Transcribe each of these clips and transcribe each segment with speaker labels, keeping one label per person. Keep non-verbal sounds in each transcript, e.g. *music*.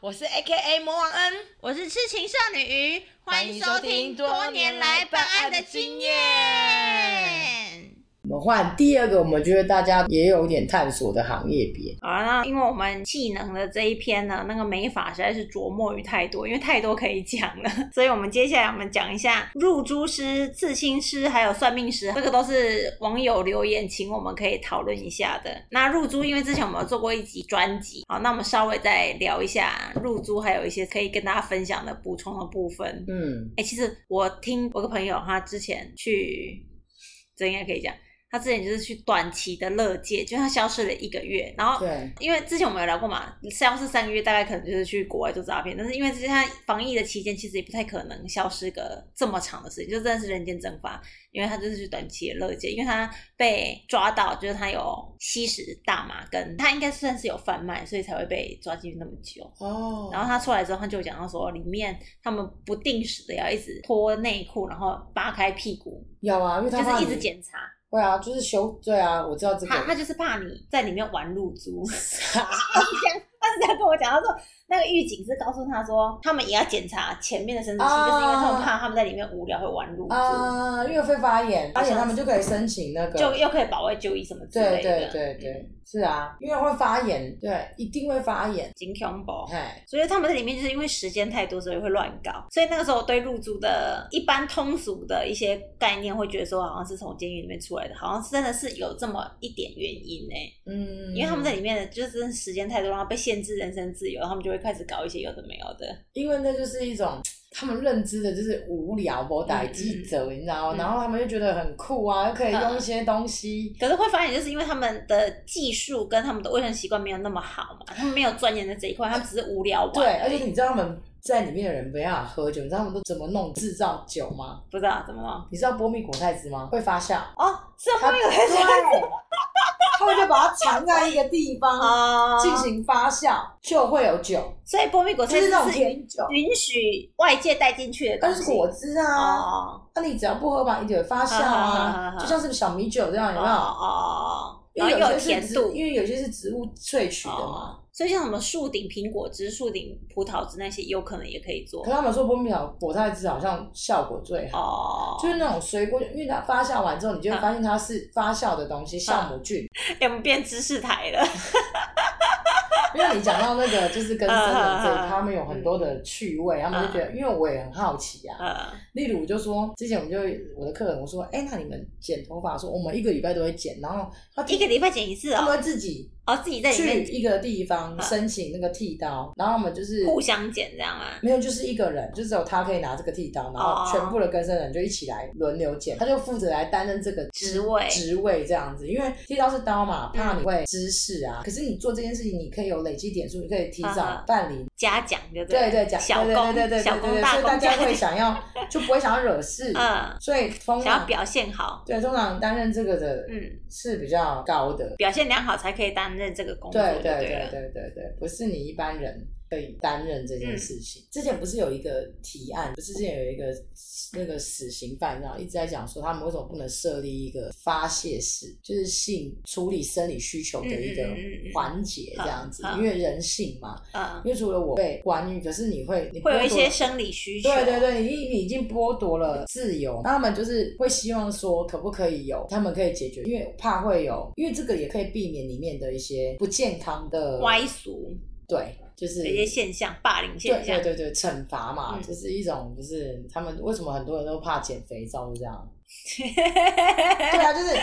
Speaker 1: 我是 A K A 魔王恩，
Speaker 2: 我是痴情少女鱼，欢迎收听多
Speaker 1: 多
Speaker 2: 年
Speaker 1: 年
Speaker 2: 来
Speaker 1: 来
Speaker 2: 办
Speaker 1: 办
Speaker 2: 案
Speaker 1: 案
Speaker 2: 的
Speaker 1: 的
Speaker 2: 经
Speaker 1: 经
Speaker 2: 验
Speaker 1: 验。
Speaker 3: 我们换第二个，我们觉得大家也有点探索的行业别。
Speaker 4: 好啊，那因为我们技能的这一篇呢，那个美法实在是琢磨于太多，因为太多可以讲了， *laughs* 所以我们接下来我们讲一下入珠师、刺青师还有算命师，这个都是网友留言，请我们可以讨论一下的。那入珠，因为之前我们有做过一集专辑，好，那我们稍微再聊一下入珠，还有一些可以跟大家分享的补充的部分。
Speaker 3: 嗯，
Speaker 4: 哎、其实我听我个朋友，他之前去，这应该可以讲，他之前就是去短期的乐界，就他消失了一个月，然后
Speaker 3: 对，
Speaker 4: 因为之前我们有聊过嘛，消失三个月大概可能就是去国外做诈骗，但是因为之前它防疫的期间，其实也不太可能消失个这么长的时间，就真的是人间蒸发。因为他就是去短期的乐界，因为他被抓到，就是他有吸食大麻跟他应该算是有贩卖，所以才会被抓进去那么久。
Speaker 3: 哦，
Speaker 4: 然后他出来之后，他就讲到说，里面他们不定时的要一直脱内裤，然后扒开屁股，
Speaker 3: 有啊，因为他
Speaker 4: 就是
Speaker 3: 怕
Speaker 4: 一直
Speaker 3: 你
Speaker 4: 检查。
Speaker 3: 对啊，就是修，对啊，我知道这个
Speaker 4: 他，他就是怕你在里面玩露
Speaker 3: *laughs*
Speaker 4: 珠。他是这样，他是这样跟我讲，他说那个狱警是告诉他说，他们也要检查前面的生殖器，
Speaker 3: 哦
Speaker 4: 就是因为他们怕他们在里面无聊会玩露珠，
Speaker 3: 啊，因为非法眼，而且他们就可以申请那个，
Speaker 4: 就又可以保卫就医什么之
Speaker 3: 对
Speaker 4: 类
Speaker 3: 对
Speaker 4: 的。嗯
Speaker 3: 对对，是啊，因为会发炎，对，一定会发炎，
Speaker 4: 金恐怖。
Speaker 3: 哎，
Speaker 4: 所以他们在里面就是因为时间太多，所以会乱搞。所以那个时候我对入租的一般通俗的一些概念，会觉得说好像是从监狱里面出来的，好像真的是有这么一点原因呢、
Speaker 3: 嗯，
Speaker 4: 因为他们在里面就是真的时间太多，然后被限制人身自由，他们就会开始搞一些有的没有的。
Speaker 3: 因为那就是一种他们认知的，就是无聊、不歹记者，你知道吗？
Speaker 4: 嗯
Speaker 3: 然后他们就觉得很酷啊，又可以用一些东西。
Speaker 4: 可是会发现，就是因为他们的技术跟他们的卫生习惯没有那么好嘛，他们没有钻研的这一块，他们只是无聊玩。
Speaker 3: 对，而且你知道他们在里面的人不要喝酒，你知道他们都怎么弄制造酒吗？
Speaker 4: 不知道怎么弄。
Speaker 3: 你知道波密果菜汁吗？会发酵，
Speaker 4: 哦，是
Speaker 3: 它
Speaker 4: 后
Speaker 3: *laughs*
Speaker 4: 面有
Speaker 3: 对，他们就把它藏在一个
Speaker 4: *laughs*
Speaker 3: 地方
Speaker 4: 哦，
Speaker 3: 进行发酵，就会有酒，
Speaker 4: 所以波蜜果
Speaker 3: 就
Speaker 4: 菜
Speaker 3: 是
Speaker 4: 汁
Speaker 3: 那种
Speaker 4: 是允
Speaker 3: 甜酒，
Speaker 4: 允许外界带进去的东
Speaker 3: 但是
Speaker 4: 西。
Speaker 3: 果汁啊，
Speaker 4: 哦
Speaker 3: 那你只要不喝吧，你就会发酵
Speaker 4: 嗯嗯嗯
Speaker 3: 啊
Speaker 4: 嗯，嗯
Speaker 3: 就像是小米酒这样，有
Speaker 4: 哦
Speaker 3: 没有？
Speaker 4: 哦，
Speaker 3: 因
Speaker 4: 然
Speaker 3: 为
Speaker 4: 后又有
Speaker 3: 些是
Speaker 4: 甜
Speaker 3: 植
Speaker 4: 度，
Speaker 3: 因为有些是植物萃取的嘛。
Speaker 4: 哦，所以像什么树顶苹果汁、树顶葡萄汁那些，有可能也可以做
Speaker 3: 可。他们说波蜜果果菜汁好像效果最好，
Speaker 4: 哦，嗯
Speaker 3: 就是那种水果，因为它发酵完之后，你就会发现它是发酵的东西，酵母菌。
Speaker 4: 哎我们变知识台了。
Speaker 3: 因为你讲到那个就是跟生人
Speaker 4: 嗯
Speaker 3: 这
Speaker 4: 嗯嗯嗯
Speaker 3: 一，他们有很多的趣味，他们就觉得，因为我也很好奇啊。
Speaker 4: 呃，
Speaker 3: 例如，我就说之前我们就我的客人，我说，哎、那你们剪头发，说我们一个礼拜都会剪，然后他
Speaker 4: 一个礼拜剪一次
Speaker 3: 他
Speaker 4: 哦，
Speaker 3: 们会自己
Speaker 4: 哦，自己在里
Speaker 3: 去
Speaker 4: 面
Speaker 3: 一个地方申请那个剃刀，然后我们就是
Speaker 4: 互相剪这样啊。
Speaker 3: 没有，就是一个人，就只有他可以拿这个剃刀，然
Speaker 4: 哦
Speaker 3: 后全部的更生人就一起来轮流剪，他就负责来担任这个
Speaker 4: 职位
Speaker 3: 职位这样子。因为剃刀是刀嘛，怕你会知识
Speaker 4: 嗯
Speaker 3: 啊，可是你做这件事情，你可以有累积点数，你可以提
Speaker 4: 啊
Speaker 3: 早办理。
Speaker 4: 嘉奖就
Speaker 3: 对
Speaker 4: 对
Speaker 3: 对，
Speaker 4: 了
Speaker 3: 讲
Speaker 4: 小
Speaker 3: 对
Speaker 4: 工
Speaker 3: 对对对对
Speaker 4: 小
Speaker 3: 对
Speaker 4: 工
Speaker 3: 对，
Speaker 4: 大
Speaker 3: 所以大
Speaker 4: 工
Speaker 3: 家
Speaker 4: 嘉
Speaker 3: 会
Speaker 4: 奖，
Speaker 3: 想要就不会想要惹事，
Speaker 4: 嗯，
Speaker 3: 所以通
Speaker 4: 想要
Speaker 3: 常
Speaker 4: 表现好，
Speaker 3: 对通常担任这个的
Speaker 4: 嗯，
Speaker 3: 是比较高的，
Speaker 4: 表现良好才可以担任这个工作，
Speaker 3: 对
Speaker 4: 对啊
Speaker 3: 对
Speaker 4: 了
Speaker 3: 对对对对，不是你一般人可以担任这
Speaker 4: 嗯
Speaker 3: 件事情。之前不是有一个提案，不是之前有一个那个死刑犯，然后一直在讲说他们为什么不能设立一个发泄室，就是性处理生理需求的一个
Speaker 4: 嗯嗯嗯嗯嗯
Speaker 3: 环节这样子，
Speaker 4: 好好
Speaker 3: 因为人性嘛，
Speaker 4: 嗯，
Speaker 3: 因为除了我被关于，可是你会你
Speaker 4: 会有一
Speaker 3: 剥夺
Speaker 4: 些生理需求，
Speaker 3: 对对对，你你已经剥夺了自由，那他们就是会希望说，可不可以有，他们可以解决，因为怕会有，因为这个也可以避免里面的一些不健康的
Speaker 4: 歪俗
Speaker 3: 对，就是
Speaker 4: 的一些现象，霸凌
Speaker 3: 对
Speaker 4: 现象
Speaker 3: 对，对对，惩罚嘛，
Speaker 4: 嗯
Speaker 3: 就是一种，就是他们为什么很多人都怕减肥皂是
Speaker 4: *laughs*
Speaker 3: 这样？对啊，就是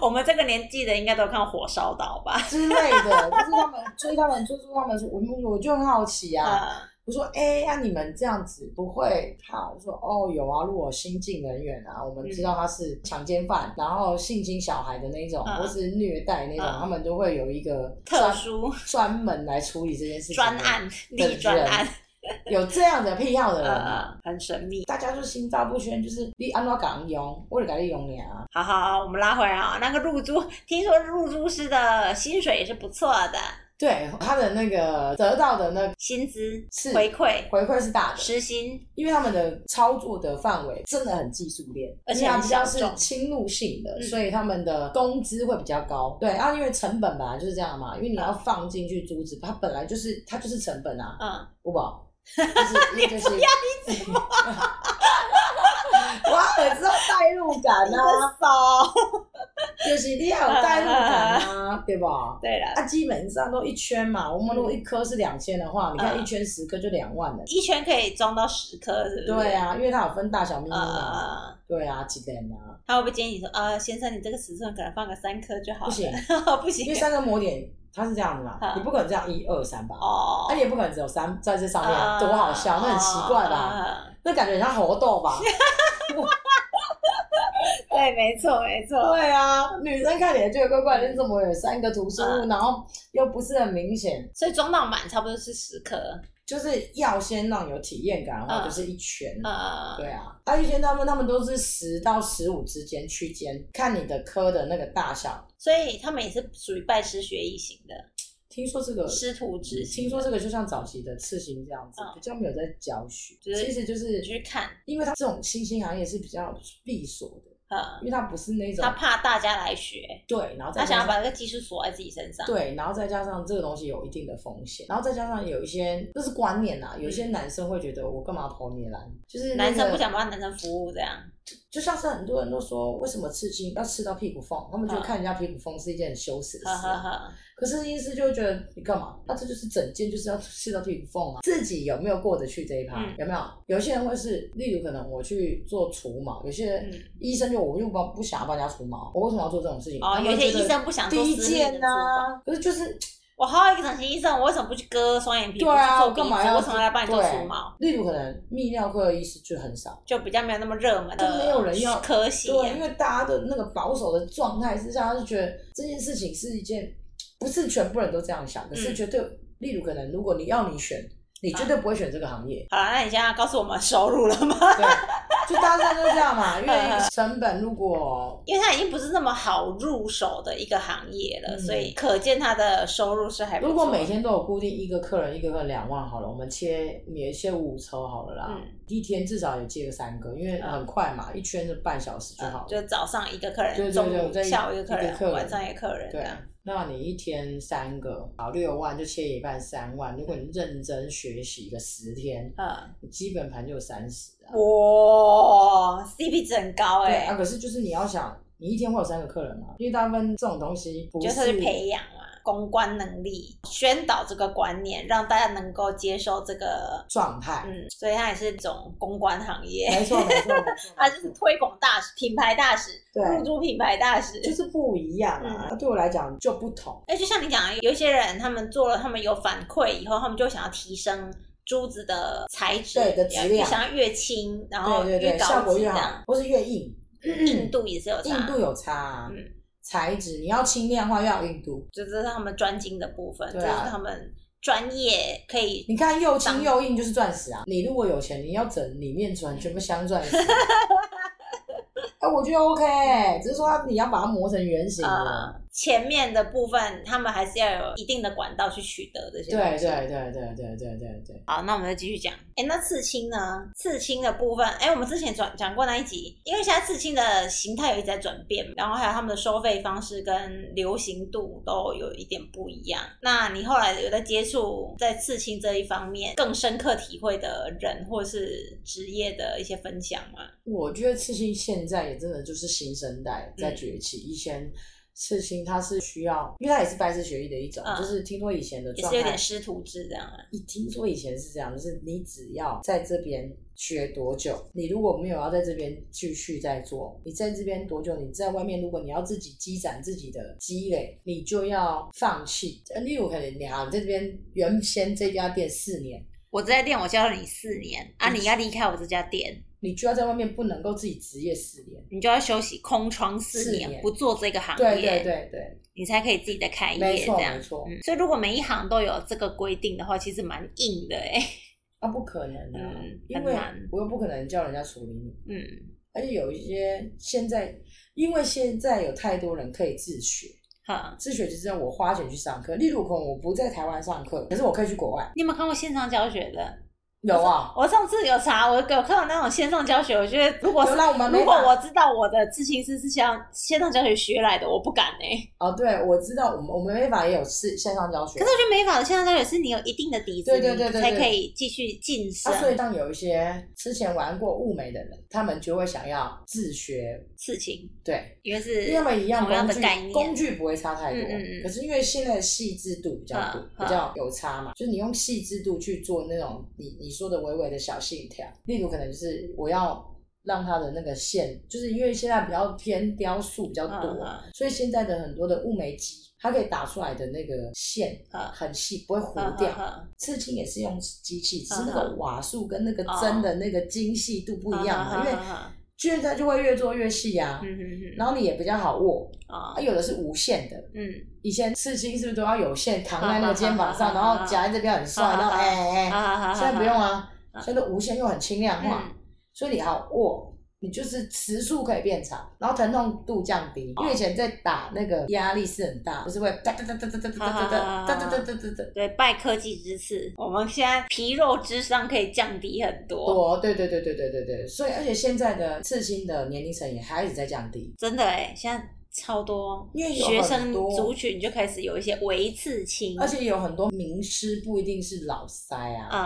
Speaker 4: *laughs* 我们这个年纪的应该都有看《火烧岛》吧？
Speaker 3: 之类的，就是他们追他们，追出他们，我们我就很好奇啊，
Speaker 4: 啊，
Speaker 3: 我说，哎、那、你们这样子不会怕？我说，哦，有啊，如果新进人员啊，我们知道他是强奸犯，然后性侵小孩的那种，
Speaker 4: 嗯
Speaker 3: 或是虐待那种，
Speaker 4: 嗯
Speaker 3: 他们都会有一个
Speaker 4: 特
Speaker 3: 专
Speaker 4: 殊
Speaker 3: 专门来处理这件事情的
Speaker 4: 专案，立专案，，
Speaker 3: 有这样的癖好的人啊。
Speaker 4: 呃，很神秘。
Speaker 3: 大家就心照不宣，就是你安怎讲用，我就给你用啊俩。
Speaker 4: 好好好，我们拉回来啊、那个入租，听说入租师的薪水也是不错的，
Speaker 3: 对他的那个得到的那
Speaker 4: 薪资
Speaker 3: 是
Speaker 4: 回馈、
Speaker 3: 回馈是大的，
Speaker 4: 时薪，
Speaker 3: 因为他们的操作的范围真的很技术链，
Speaker 4: 而且
Speaker 3: 因为它
Speaker 4: 很
Speaker 3: 比
Speaker 4: 小
Speaker 3: 较是
Speaker 4: 众
Speaker 3: 侵入性的，
Speaker 4: 嗯
Speaker 3: 所以他们的工资会比较高。对啊，因为成本本来就是这样嘛，因为你要放进去珠子，它本来就是它就是成本啊，
Speaker 4: 嗯，
Speaker 3: 不宝，
Speaker 4: *laughs*
Speaker 3: 就是你不要一直 *laughs* 我要有这种代入感
Speaker 4: *laughs*
Speaker 3: 啊，
Speaker 4: 少。
Speaker 3: 就是你要有代入感啊，对
Speaker 4: *laughs*
Speaker 3: 吧？
Speaker 4: 对了，
Speaker 3: 啊，基本上都一圈嘛，我们如果一颗是两千的话，你看
Speaker 4: 嗯
Speaker 3: 一圈十颗就两万了。
Speaker 4: 一圈可以装到十颗，是不是？
Speaker 3: 对。啊，因为它有分大小咪咪嘛。
Speaker 4: 呃，
Speaker 3: 对啊，几点啊？
Speaker 4: 他会不会建议你说，呃，先生，你这个尺寸可能放个三颗就好
Speaker 3: 不
Speaker 4: 了？
Speaker 3: 行，
Speaker 4: *laughs* 不
Speaker 3: 因
Speaker 4: 行，
Speaker 3: 为三个模点它是这样的嘛，
Speaker 4: 嗯
Speaker 3: 你不可能这样一二三吧？啊
Speaker 4: 哦
Speaker 3: 那，也不可能只有三在这上面，
Speaker 4: 啊
Speaker 3: 多好笑，那很奇怪吧？
Speaker 4: 啊
Speaker 3: 那感觉很像猴豆
Speaker 4: *laughs*
Speaker 3: 吧？
Speaker 4: 对，没错，没错。
Speaker 3: 对啊，女生看起来就怪怪的，你怎么有三个读书，
Speaker 4: 嗯
Speaker 3: 然后又不是很明显？
Speaker 4: 所以装到满差不多是十颗，
Speaker 3: 就是要先让有体验感的话，
Speaker 4: 嗯
Speaker 3: 就是一圈。
Speaker 4: 呃，
Speaker 3: 对啊，啊一圈他们他们都是十到十五之间区间，看你的科的那个大小。
Speaker 4: 所以他们也是属于拜师学艺型的，
Speaker 3: 听说这个
Speaker 4: 师徒制型
Speaker 3: 听
Speaker 4: 的。
Speaker 3: 说这个就像早期的刺青这样子，
Speaker 4: 嗯
Speaker 3: 比较没有在教学，
Speaker 4: 就是
Speaker 3: 其实就是
Speaker 4: 你去看，
Speaker 3: 因为它这种新兴行业是比较闭锁的，
Speaker 4: 呃，
Speaker 3: 因为它不是那种
Speaker 4: 他怕大家来学，
Speaker 3: 对，然后再
Speaker 4: 他
Speaker 3: 加
Speaker 4: 想要
Speaker 3: 上
Speaker 4: 把这个技术锁在自己身上。
Speaker 3: 对，然后再加上这个东西有一定的风险，然后再加上有一些这是观念啦，有些男生会觉得我干嘛跑你来，就
Speaker 4: 嗯
Speaker 3: 是、
Speaker 4: 男生不，想帮男生服务，这样
Speaker 3: 就像是很多人都说为什么刺青要刺到屁股缝，他们觉得看人家屁股缝是一件很羞耻
Speaker 4: 嗯
Speaker 3: 的
Speaker 4: 呵
Speaker 3: 事啊
Speaker 4: 呵。呵，
Speaker 3: 可是医师就会觉得你干嘛？那这就是整件就是要吃到屁股缝啊！自己有没有过得去这一趴？
Speaker 4: 嗯
Speaker 3: 有没有？有些人会是，例如可能我去做除毛，有些
Speaker 4: 嗯
Speaker 3: 医生就我又不不想要帮人家除毛，我为什么要做这种事情？
Speaker 4: 哦，
Speaker 3: 他们
Speaker 4: 有
Speaker 3: 会
Speaker 4: 些
Speaker 3: 觉得
Speaker 4: 医生不想做
Speaker 3: 低
Speaker 4: 私密的
Speaker 3: 贱啊
Speaker 4: 做法。
Speaker 3: 呐、可是就是
Speaker 4: 我好好一个整形医生，我为什么不去割双眼皮？
Speaker 3: 对啊，
Speaker 4: 不
Speaker 3: 我
Speaker 4: 去做
Speaker 3: 干
Speaker 4: 鼻
Speaker 3: 嘛
Speaker 4: 子？
Speaker 3: 要
Speaker 4: 为什么来帮你做
Speaker 3: 对
Speaker 4: 除毛？
Speaker 3: 例如可能泌尿科的医师就很少。
Speaker 4: 就比较没有那么热门的，
Speaker 3: 就没有人要
Speaker 4: 科系。啊
Speaker 3: 对，啊因为大家的那个保守的状态之下，他就觉得这件事情是一件，不是全部人都这样想，可是
Speaker 4: 嗯
Speaker 3: 绝对，例如可能如果你要你选，你绝对不会选这个行业，
Speaker 4: 好了，那你现在告诉我们收入了吗？ *laughs*
Speaker 3: 对，就大家都这样嘛，因为成本如果
Speaker 4: 因为它已经不是那么好入手的一个行业了，
Speaker 3: 嗯
Speaker 4: 所以可见它的收入是还不错。
Speaker 3: 如果每天都有固定一个客人，一个客人两万好了，我们切也切五抽好了啦，
Speaker 4: 嗯
Speaker 3: 一天至少也接个三个，因为很快嘛，一圈就半小时就好
Speaker 4: 嗯就
Speaker 3: 了。
Speaker 4: 早上一个客人，
Speaker 3: 对对对
Speaker 4: 中
Speaker 3: 我在
Speaker 4: 午下午一个客
Speaker 3: 一
Speaker 4: 人，
Speaker 3: 个客人
Speaker 4: 晚上一个客人，这
Speaker 3: 对啊
Speaker 4: 样，
Speaker 3: 那你一天三个，好六万就切一半三万。如果你认真学习个十天，
Speaker 4: 嗯，
Speaker 3: 你基本盘就有三十啊。
Speaker 4: 哇，CP 值很高
Speaker 3: 对
Speaker 4: 哎、
Speaker 3: 啊，可是就是你要想，你一天会有三个客人啊，因为大部分这种东西不
Speaker 4: 就是是去培养嘛，公关能力，宣导这个观念，让大家能够接受这个，
Speaker 3: 状态。
Speaker 4: 嗯，所以它也是一种公关行业，
Speaker 3: 没错没错，没
Speaker 4: *laughs*
Speaker 3: 错
Speaker 4: 它就是推广大使、品牌大使、
Speaker 3: 对
Speaker 4: 入驻品牌大使，
Speaker 3: 就是不一样
Speaker 4: 嗯
Speaker 3: 啊。那对我来讲就不同，
Speaker 4: 哎，就像你讲的，有一些人他们做了，他们有反馈以后，他们就想要提升珠子的材质，
Speaker 3: 对的质量
Speaker 4: 也想要越轻，然后
Speaker 3: 对对
Speaker 4: 哦越
Speaker 3: 对，效
Speaker 4: 高
Speaker 3: 果
Speaker 4: 级
Speaker 3: 越
Speaker 4: 这
Speaker 3: 好
Speaker 4: 样。，
Speaker 3: 或是越硬，
Speaker 4: 硬度也是有差，
Speaker 3: 硬度有差、啊。
Speaker 4: 嗯
Speaker 3: 材质你要轻量化，又要有硬度。
Speaker 4: 就这是他们专精的部分，这
Speaker 3: 对
Speaker 4: 是
Speaker 3: 啊
Speaker 4: 他们专业可以
Speaker 3: 你看又轻又硬就是钻石啊！你如果有钱，你要整里面全全部镶
Speaker 4: *laughs*
Speaker 3: 钻石。哎、我觉得 OK，只是说它你要把它磨成圆形的。啊
Speaker 4: 呃前面的部分，他们还是要有一定的管道去取得这些
Speaker 3: 对
Speaker 4: 东
Speaker 3: 对
Speaker 4: 西。
Speaker 3: 对对对对对对，
Speaker 4: 好，那我们就继续讲。哎，那刺青呢？刺青的部分，哎，我们之前讲讲过那一集，因为现在刺青的形态有一直在转变，然后还有他们的收费方式跟流行度都有一点不一样。那你后来有在接触在刺青这一方面更深刻体会的人或是职业的一些分享吗？
Speaker 3: 我觉得刺青现在也真的就是新生代在崛起，
Speaker 4: 嗯
Speaker 3: 以前。刺青它是需要，因为它也是拜师学艺的一种，
Speaker 4: 嗯
Speaker 3: 就是听说以前的
Speaker 4: 也
Speaker 3: 状
Speaker 4: 是有
Speaker 3: 态
Speaker 4: 点，师徒制这样啊。
Speaker 3: 一听说以前是这样，就是你只要在这边学多久，你如果没有要在这边继续再做，你在这边多久，你在外面如果你要自己积攒自己的积累，你就要放弃。呃例如可能你好，你在这边原先这家店四年，
Speaker 4: 我这家店我教了你四年啊，你要离开我这家店，
Speaker 3: 你就要在外面不能够自己职业四年。
Speaker 4: 你就要休息空窗四
Speaker 3: 四
Speaker 4: 年，
Speaker 3: 年
Speaker 4: 不做这个行业。
Speaker 3: 对对对对，
Speaker 4: 你才可以自己再开
Speaker 3: 没
Speaker 4: 业
Speaker 3: 错
Speaker 4: 这样
Speaker 3: 没。错，
Speaker 4: 嗯，所以如果每一行都有这个规定的话，其实蛮硬的哎、
Speaker 3: 啊不可能啊，
Speaker 4: 嗯
Speaker 3: 因
Speaker 4: 很
Speaker 3: 为
Speaker 4: 难
Speaker 3: 我又不可能叫人家处理你，
Speaker 4: 嗯，
Speaker 3: 而且有一些现在，因为现在有太多人可以自学，
Speaker 4: 哈，
Speaker 3: 自学就是我花钱去上课，例如可能我不在台湾上课，可是我可以去国外。
Speaker 4: 你有没有看过线上教学的？
Speaker 3: 有啊，
Speaker 4: 我上次有查，我有看到那种线上教学，我觉得如果是
Speaker 3: 有啦，我们没
Speaker 4: 如果
Speaker 3: 办法
Speaker 4: 我知道我的自信是是像线上教学学来的，我不敢哎、
Speaker 3: 哦，对，我知道，我们我们没法也有是线上教学，
Speaker 4: 可是我觉得美法的线上教学是你有一定的底子，
Speaker 3: 对对对对
Speaker 4: 你才
Speaker 3: 对
Speaker 4: 可以继续晋升。
Speaker 3: 啊，所以当有一些之前玩过物美的人，他们就会想要自学，
Speaker 4: 事情
Speaker 3: 对，
Speaker 4: 因为是
Speaker 3: 因为他们一样
Speaker 4: 同样
Speaker 3: 工
Speaker 4: 的
Speaker 3: 具
Speaker 4: 概念
Speaker 3: 工具不会差太多，
Speaker 4: 嗯嗯嗯
Speaker 3: 可是因为现在的细致度比较多，
Speaker 4: 嗯嗯
Speaker 3: 比较有差嘛，就是你用细致度去做那种你你说的微微的小线条，例如可能就是我要。让它的那个线，就是因为现在比较偏雕塑比较多，
Speaker 4: 嗯嗯
Speaker 3: 所以现在的很多的物美肌，它可以打出来的那个线、
Speaker 4: 嗯
Speaker 3: 很细，不会糊
Speaker 4: 嗯
Speaker 3: 掉。
Speaker 4: 嗯嗯
Speaker 3: 刺青也是用机器，
Speaker 4: 嗯
Speaker 3: 只是那个瓦数跟那个针的那个精细度不一
Speaker 4: 嗯嗯
Speaker 3: 样嘛，
Speaker 4: 嗯
Speaker 3: 因为现在就会越做越细啊，
Speaker 4: 嗯嗯嗯
Speaker 3: 然后你也比较好握，
Speaker 4: 啊
Speaker 3: 啊，有的是无线的。
Speaker 4: 嗯
Speaker 3: 以前刺青是不是都要有线扛在那个
Speaker 4: 嗯
Speaker 3: 肩膀上，
Speaker 4: 嗯嗯
Speaker 3: 然后夹在这边很帅，
Speaker 4: 嗯
Speaker 3: 然后哎哎哎，
Speaker 4: 啊
Speaker 3: 现在不用啊嗯
Speaker 4: 嗯，
Speaker 3: 现在都无线又很轻量化，所以你好握。你就是时速可以变长，然后疼痛度降低，因为以前在打那个压力是很大，不是会哒哒哒哒哒哒哒哒哒哒哒哒哒哒哒
Speaker 4: 对，拜科技之赐，我们现在皮肉之伤可以降低很多，
Speaker 3: 多，哦对对对对对对对，所以而且现在的刺青的年龄层也开始在降低，
Speaker 4: 真的哎、现在超多
Speaker 3: 因为有
Speaker 4: 学
Speaker 3: 很
Speaker 4: 生
Speaker 3: 多
Speaker 4: 族群就开始有一些微刺青，
Speaker 3: 而且有很多名师不一定是老塞啊，
Speaker 4: 啊、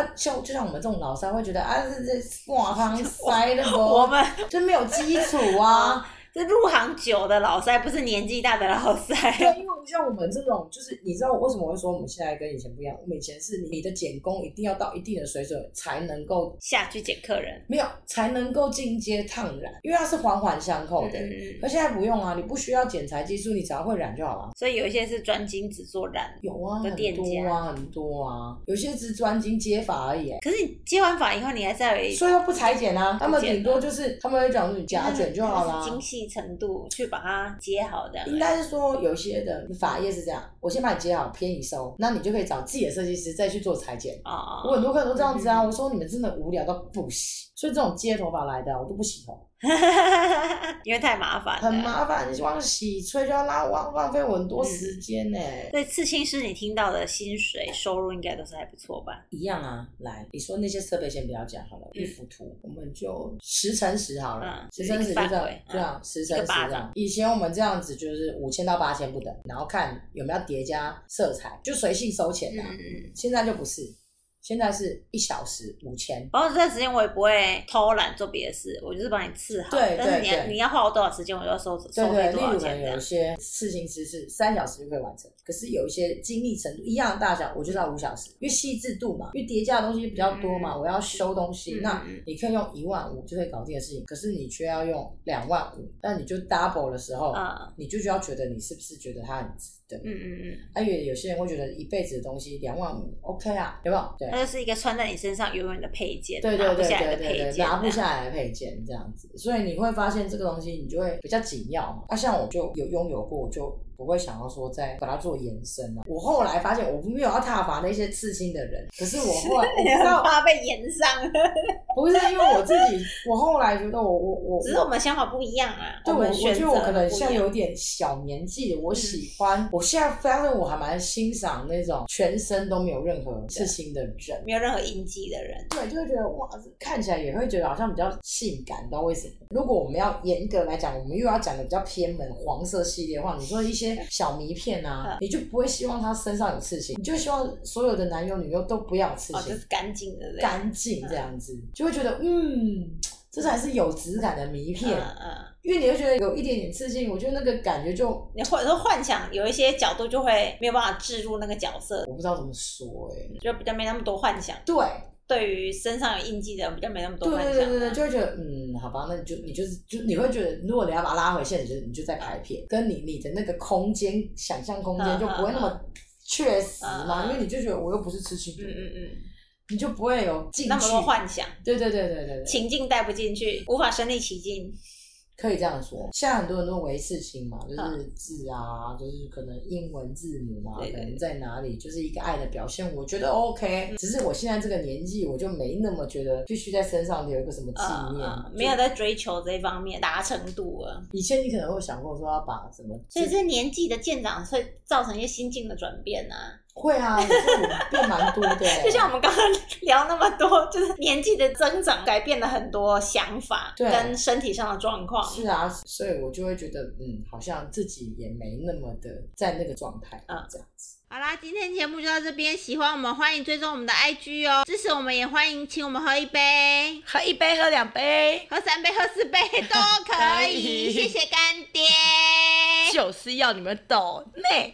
Speaker 3: 啊，像就像我们这种老塞会觉得啊，这这
Speaker 4: *laughs*
Speaker 3: 挂汤塞的
Speaker 4: 我
Speaker 3: 不，
Speaker 4: 们哦
Speaker 3: 就没有基础
Speaker 4: *laughs*
Speaker 3: 啊，
Speaker 4: 这入行久的老塞，不是年纪大的老
Speaker 3: 对，
Speaker 4: 塞，
Speaker 3: 因为像我们这种，就是你知道为什么会说我们现在跟以前不一样？我们以前是你的剪工一定要到一定的水准才能够。
Speaker 4: 下去捡客人。
Speaker 3: 没有才能够进阶烫染，因为它是环环相扣的。
Speaker 4: 嗯
Speaker 3: 而现在不用啊，你不需要剪裁技术，你只要会染就好了。
Speaker 4: 所以有一些是专精只做染，
Speaker 3: 有啊，
Speaker 4: 的
Speaker 3: 很
Speaker 4: 店
Speaker 3: 多
Speaker 4: 家
Speaker 3: 啊，很多啊，有些只专精接法而已、欸。
Speaker 4: 可是你接完法以后，你还是要有一
Speaker 3: 所以他不裁剪啊，他们
Speaker 4: 不剪
Speaker 3: 顶多就是他们会讲说你夹卷就
Speaker 4: 就
Speaker 3: 好
Speaker 4: 是精
Speaker 3: 啦。
Speaker 4: 细程度去把它接好这样。
Speaker 3: 应该是说有些的法业是这样，我先把你接好，便宜收，那你就可以找自己的设计师再去做裁剪。
Speaker 4: 哦，
Speaker 3: 我很多客人都这样子啊，我说你们真的无聊到不行，所以这种接头发来的啊我都不洗头，
Speaker 4: *laughs* 因为太麻烦了，
Speaker 3: 很麻烦，你光洗吹就要拉浪浪费我很多时间呢、
Speaker 4: 所以刺青师你听到的薪水收入应该都是还不错吧？
Speaker 3: 一样啊，来，你说那些设备先不要讲好了，
Speaker 4: 嗯
Speaker 3: 一幅图我们就十乘十好了
Speaker 4: 嗯，
Speaker 3: 十乘十就
Speaker 4: 一个
Speaker 3: 这样
Speaker 4: 范围，
Speaker 3: 这样十乘
Speaker 4: 一个
Speaker 3: 十这
Speaker 4: 巴掌
Speaker 3: 样。以前我们这样子就是五千到八千不等，然后看有没有叠加色彩，就随性收钱
Speaker 4: 嗯
Speaker 3: 啊
Speaker 4: 嗯。嗯。
Speaker 3: 现在就不是，现在是一小时五千。
Speaker 4: 然后这段时间我也不会偷懒做别的事，我就是帮你刺好。
Speaker 3: 对
Speaker 4: 但是
Speaker 3: 对
Speaker 4: 你要
Speaker 3: 对
Speaker 4: 你要花我多少时间，我就要收
Speaker 3: 对
Speaker 4: 收
Speaker 3: 对，
Speaker 4: 费
Speaker 3: 例
Speaker 4: 多少
Speaker 3: 如可
Speaker 4: 钱这
Speaker 3: 能有
Speaker 4: 样
Speaker 3: 一。些事情其实是三小时就可以完成，可是有一些精密程度一样的大小，我就是要五小时，因为细致度嘛，因为叠加的东西比较多嘛，
Speaker 4: 嗯
Speaker 3: 我要修东西，
Speaker 4: 嗯
Speaker 3: 那
Speaker 4: 嗯
Speaker 3: 你可以用一万五就可以搞定的事情，可是你却要用两万五，那你就 double 的时候，
Speaker 4: 啊
Speaker 3: 你就就要觉得你是不是觉得它很值得？
Speaker 4: 嗯嗯嗯，
Speaker 3: 而且有些人会觉得一辈子的东西两万五 OK 啊，有没有？对。
Speaker 4: 那就是一个穿在你身上永远的配件，
Speaker 3: 对对
Speaker 4: 拿不
Speaker 3: 对
Speaker 4: 下来
Speaker 3: 对
Speaker 4: 的配
Speaker 3: 对
Speaker 4: 件
Speaker 3: 对，
Speaker 4: 这样，
Speaker 3: 拿不下来的配件这样子，所以你会发现这个东西你就会比较紧要嘛。那、啊像我就有拥有过，我就不会想要说再把它做延伸啊了。我后来发现我没有要挞伐那些刺青的人，可是
Speaker 4: *laughs*
Speaker 3: 我后来我知
Speaker 4: 很
Speaker 3: 道
Speaker 4: 怕被延上。
Speaker 3: 不是因为我自己，我后来觉得我我我
Speaker 4: *laughs* 只是我们想法不一样啊。
Speaker 3: 对我，
Speaker 4: 们
Speaker 3: 我
Speaker 4: 选择
Speaker 3: 觉得我可能
Speaker 4: 不一样
Speaker 3: 像
Speaker 4: 嗯
Speaker 3: 有点小年纪，我喜欢，我现在发现我还蛮欣赏那种全身都没有任何刺青的人。
Speaker 4: 没有任何印记的人，
Speaker 3: 对，就会觉得哇，这看起来也会觉得好像比较性感，不知道为什么。如果我们要严格来讲，我们又要讲的比较偏门黄色系列的话，你说一些小迷片
Speaker 4: 嗯
Speaker 3: 啊，你就不会希望他身上有刺青，你就希望所有的男优女优都不要有刺
Speaker 4: 哦，就
Speaker 3: 青，
Speaker 4: 是干净的人，嗯
Speaker 3: 干净这样子，就会觉得嗯，这才是有质感的
Speaker 4: 嗯
Speaker 3: 迷片，
Speaker 4: 嗯，
Speaker 3: 因为你会觉得有一点点刺青，我觉得那个感觉就
Speaker 4: 你或者说幻想有一些角度就会没有办法置入那个角色，
Speaker 3: 我不知道怎么说哎、
Speaker 4: 就比较没那么多幻想。
Speaker 3: 对，
Speaker 4: 对于身上有印记的人，比较没那么多幻
Speaker 3: 对
Speaker 4: 想。
Speaker 3: 对对对，就会觉得嗯，好吧，那你就你就是就你会觉得，如果你要把它拉回现实，就是你就在拍片，跟你你的那个空间想象空间
Speaker 4: 嗯
Speaker 3: 就不会那么确实嘛，
Speaker 4: 嗯嗯
Speaker 3: 因为你就觉得我又不是吃青，
Speaker 4: 嗯嗯嗯，
Speaker 3: 你就不会有进去
Speaker 4: 那么多幻想，
Speaker 3: 对对对对对对。
Speaker 4: 情境带不进去，无法身临其境。
Speaker 3: 可以这样说。现在很多人都围事情嘛，就是字啊，就是可能英文字母啊，
Speaker 4: 嗯对对
Speaker 3: 可
Speaker 4: 对嗯
Speaker 3: 能在哪里，就是一个爱的表现，我觉得 OK。只是我现在这个年纪，我就没那么觉得必须在身上留一个什么纪念。
Speaker 4: 呃，没有在追求这方面达成度了，
Speaker 3: 以前你可能会想过说要把什么，
Speaker 4: 所以这年纪的渐长会造成一些心境的转变呐、啊。
Speaker 3: *laughs* 会啊，可是我变蛮多的、
Speaker 4: *laughs*
Speaker 3: 欸，
Speaker 4: 就像我们刚刚聊那么多，就是年纪的增长改变了很多想法
Speaker 3: 对
Speaker 4: 跟身体上的状况。
Speaker 3: 是啊，所以我就会觉得，嗯，好像自己也没那么的在那个状态，
Speaker 4: 嗯
Speaker 3: 这样子。
Speaker 2: 好啦，今天节目就到这边，喜欢我们欢迎追踪我们的 IG 哦，支持我们也欢迎请我们喝一杯、
Speaker 1: 喝一杯，喝两杯，
Speaker 2: 喝三杯、喝四杯都可
Speaker 1: 可
Speaker 2: 以，
Speaker 1: 以
Speaker 2: 谢谢干爹。
Speaker 1: 就是要你们懂内。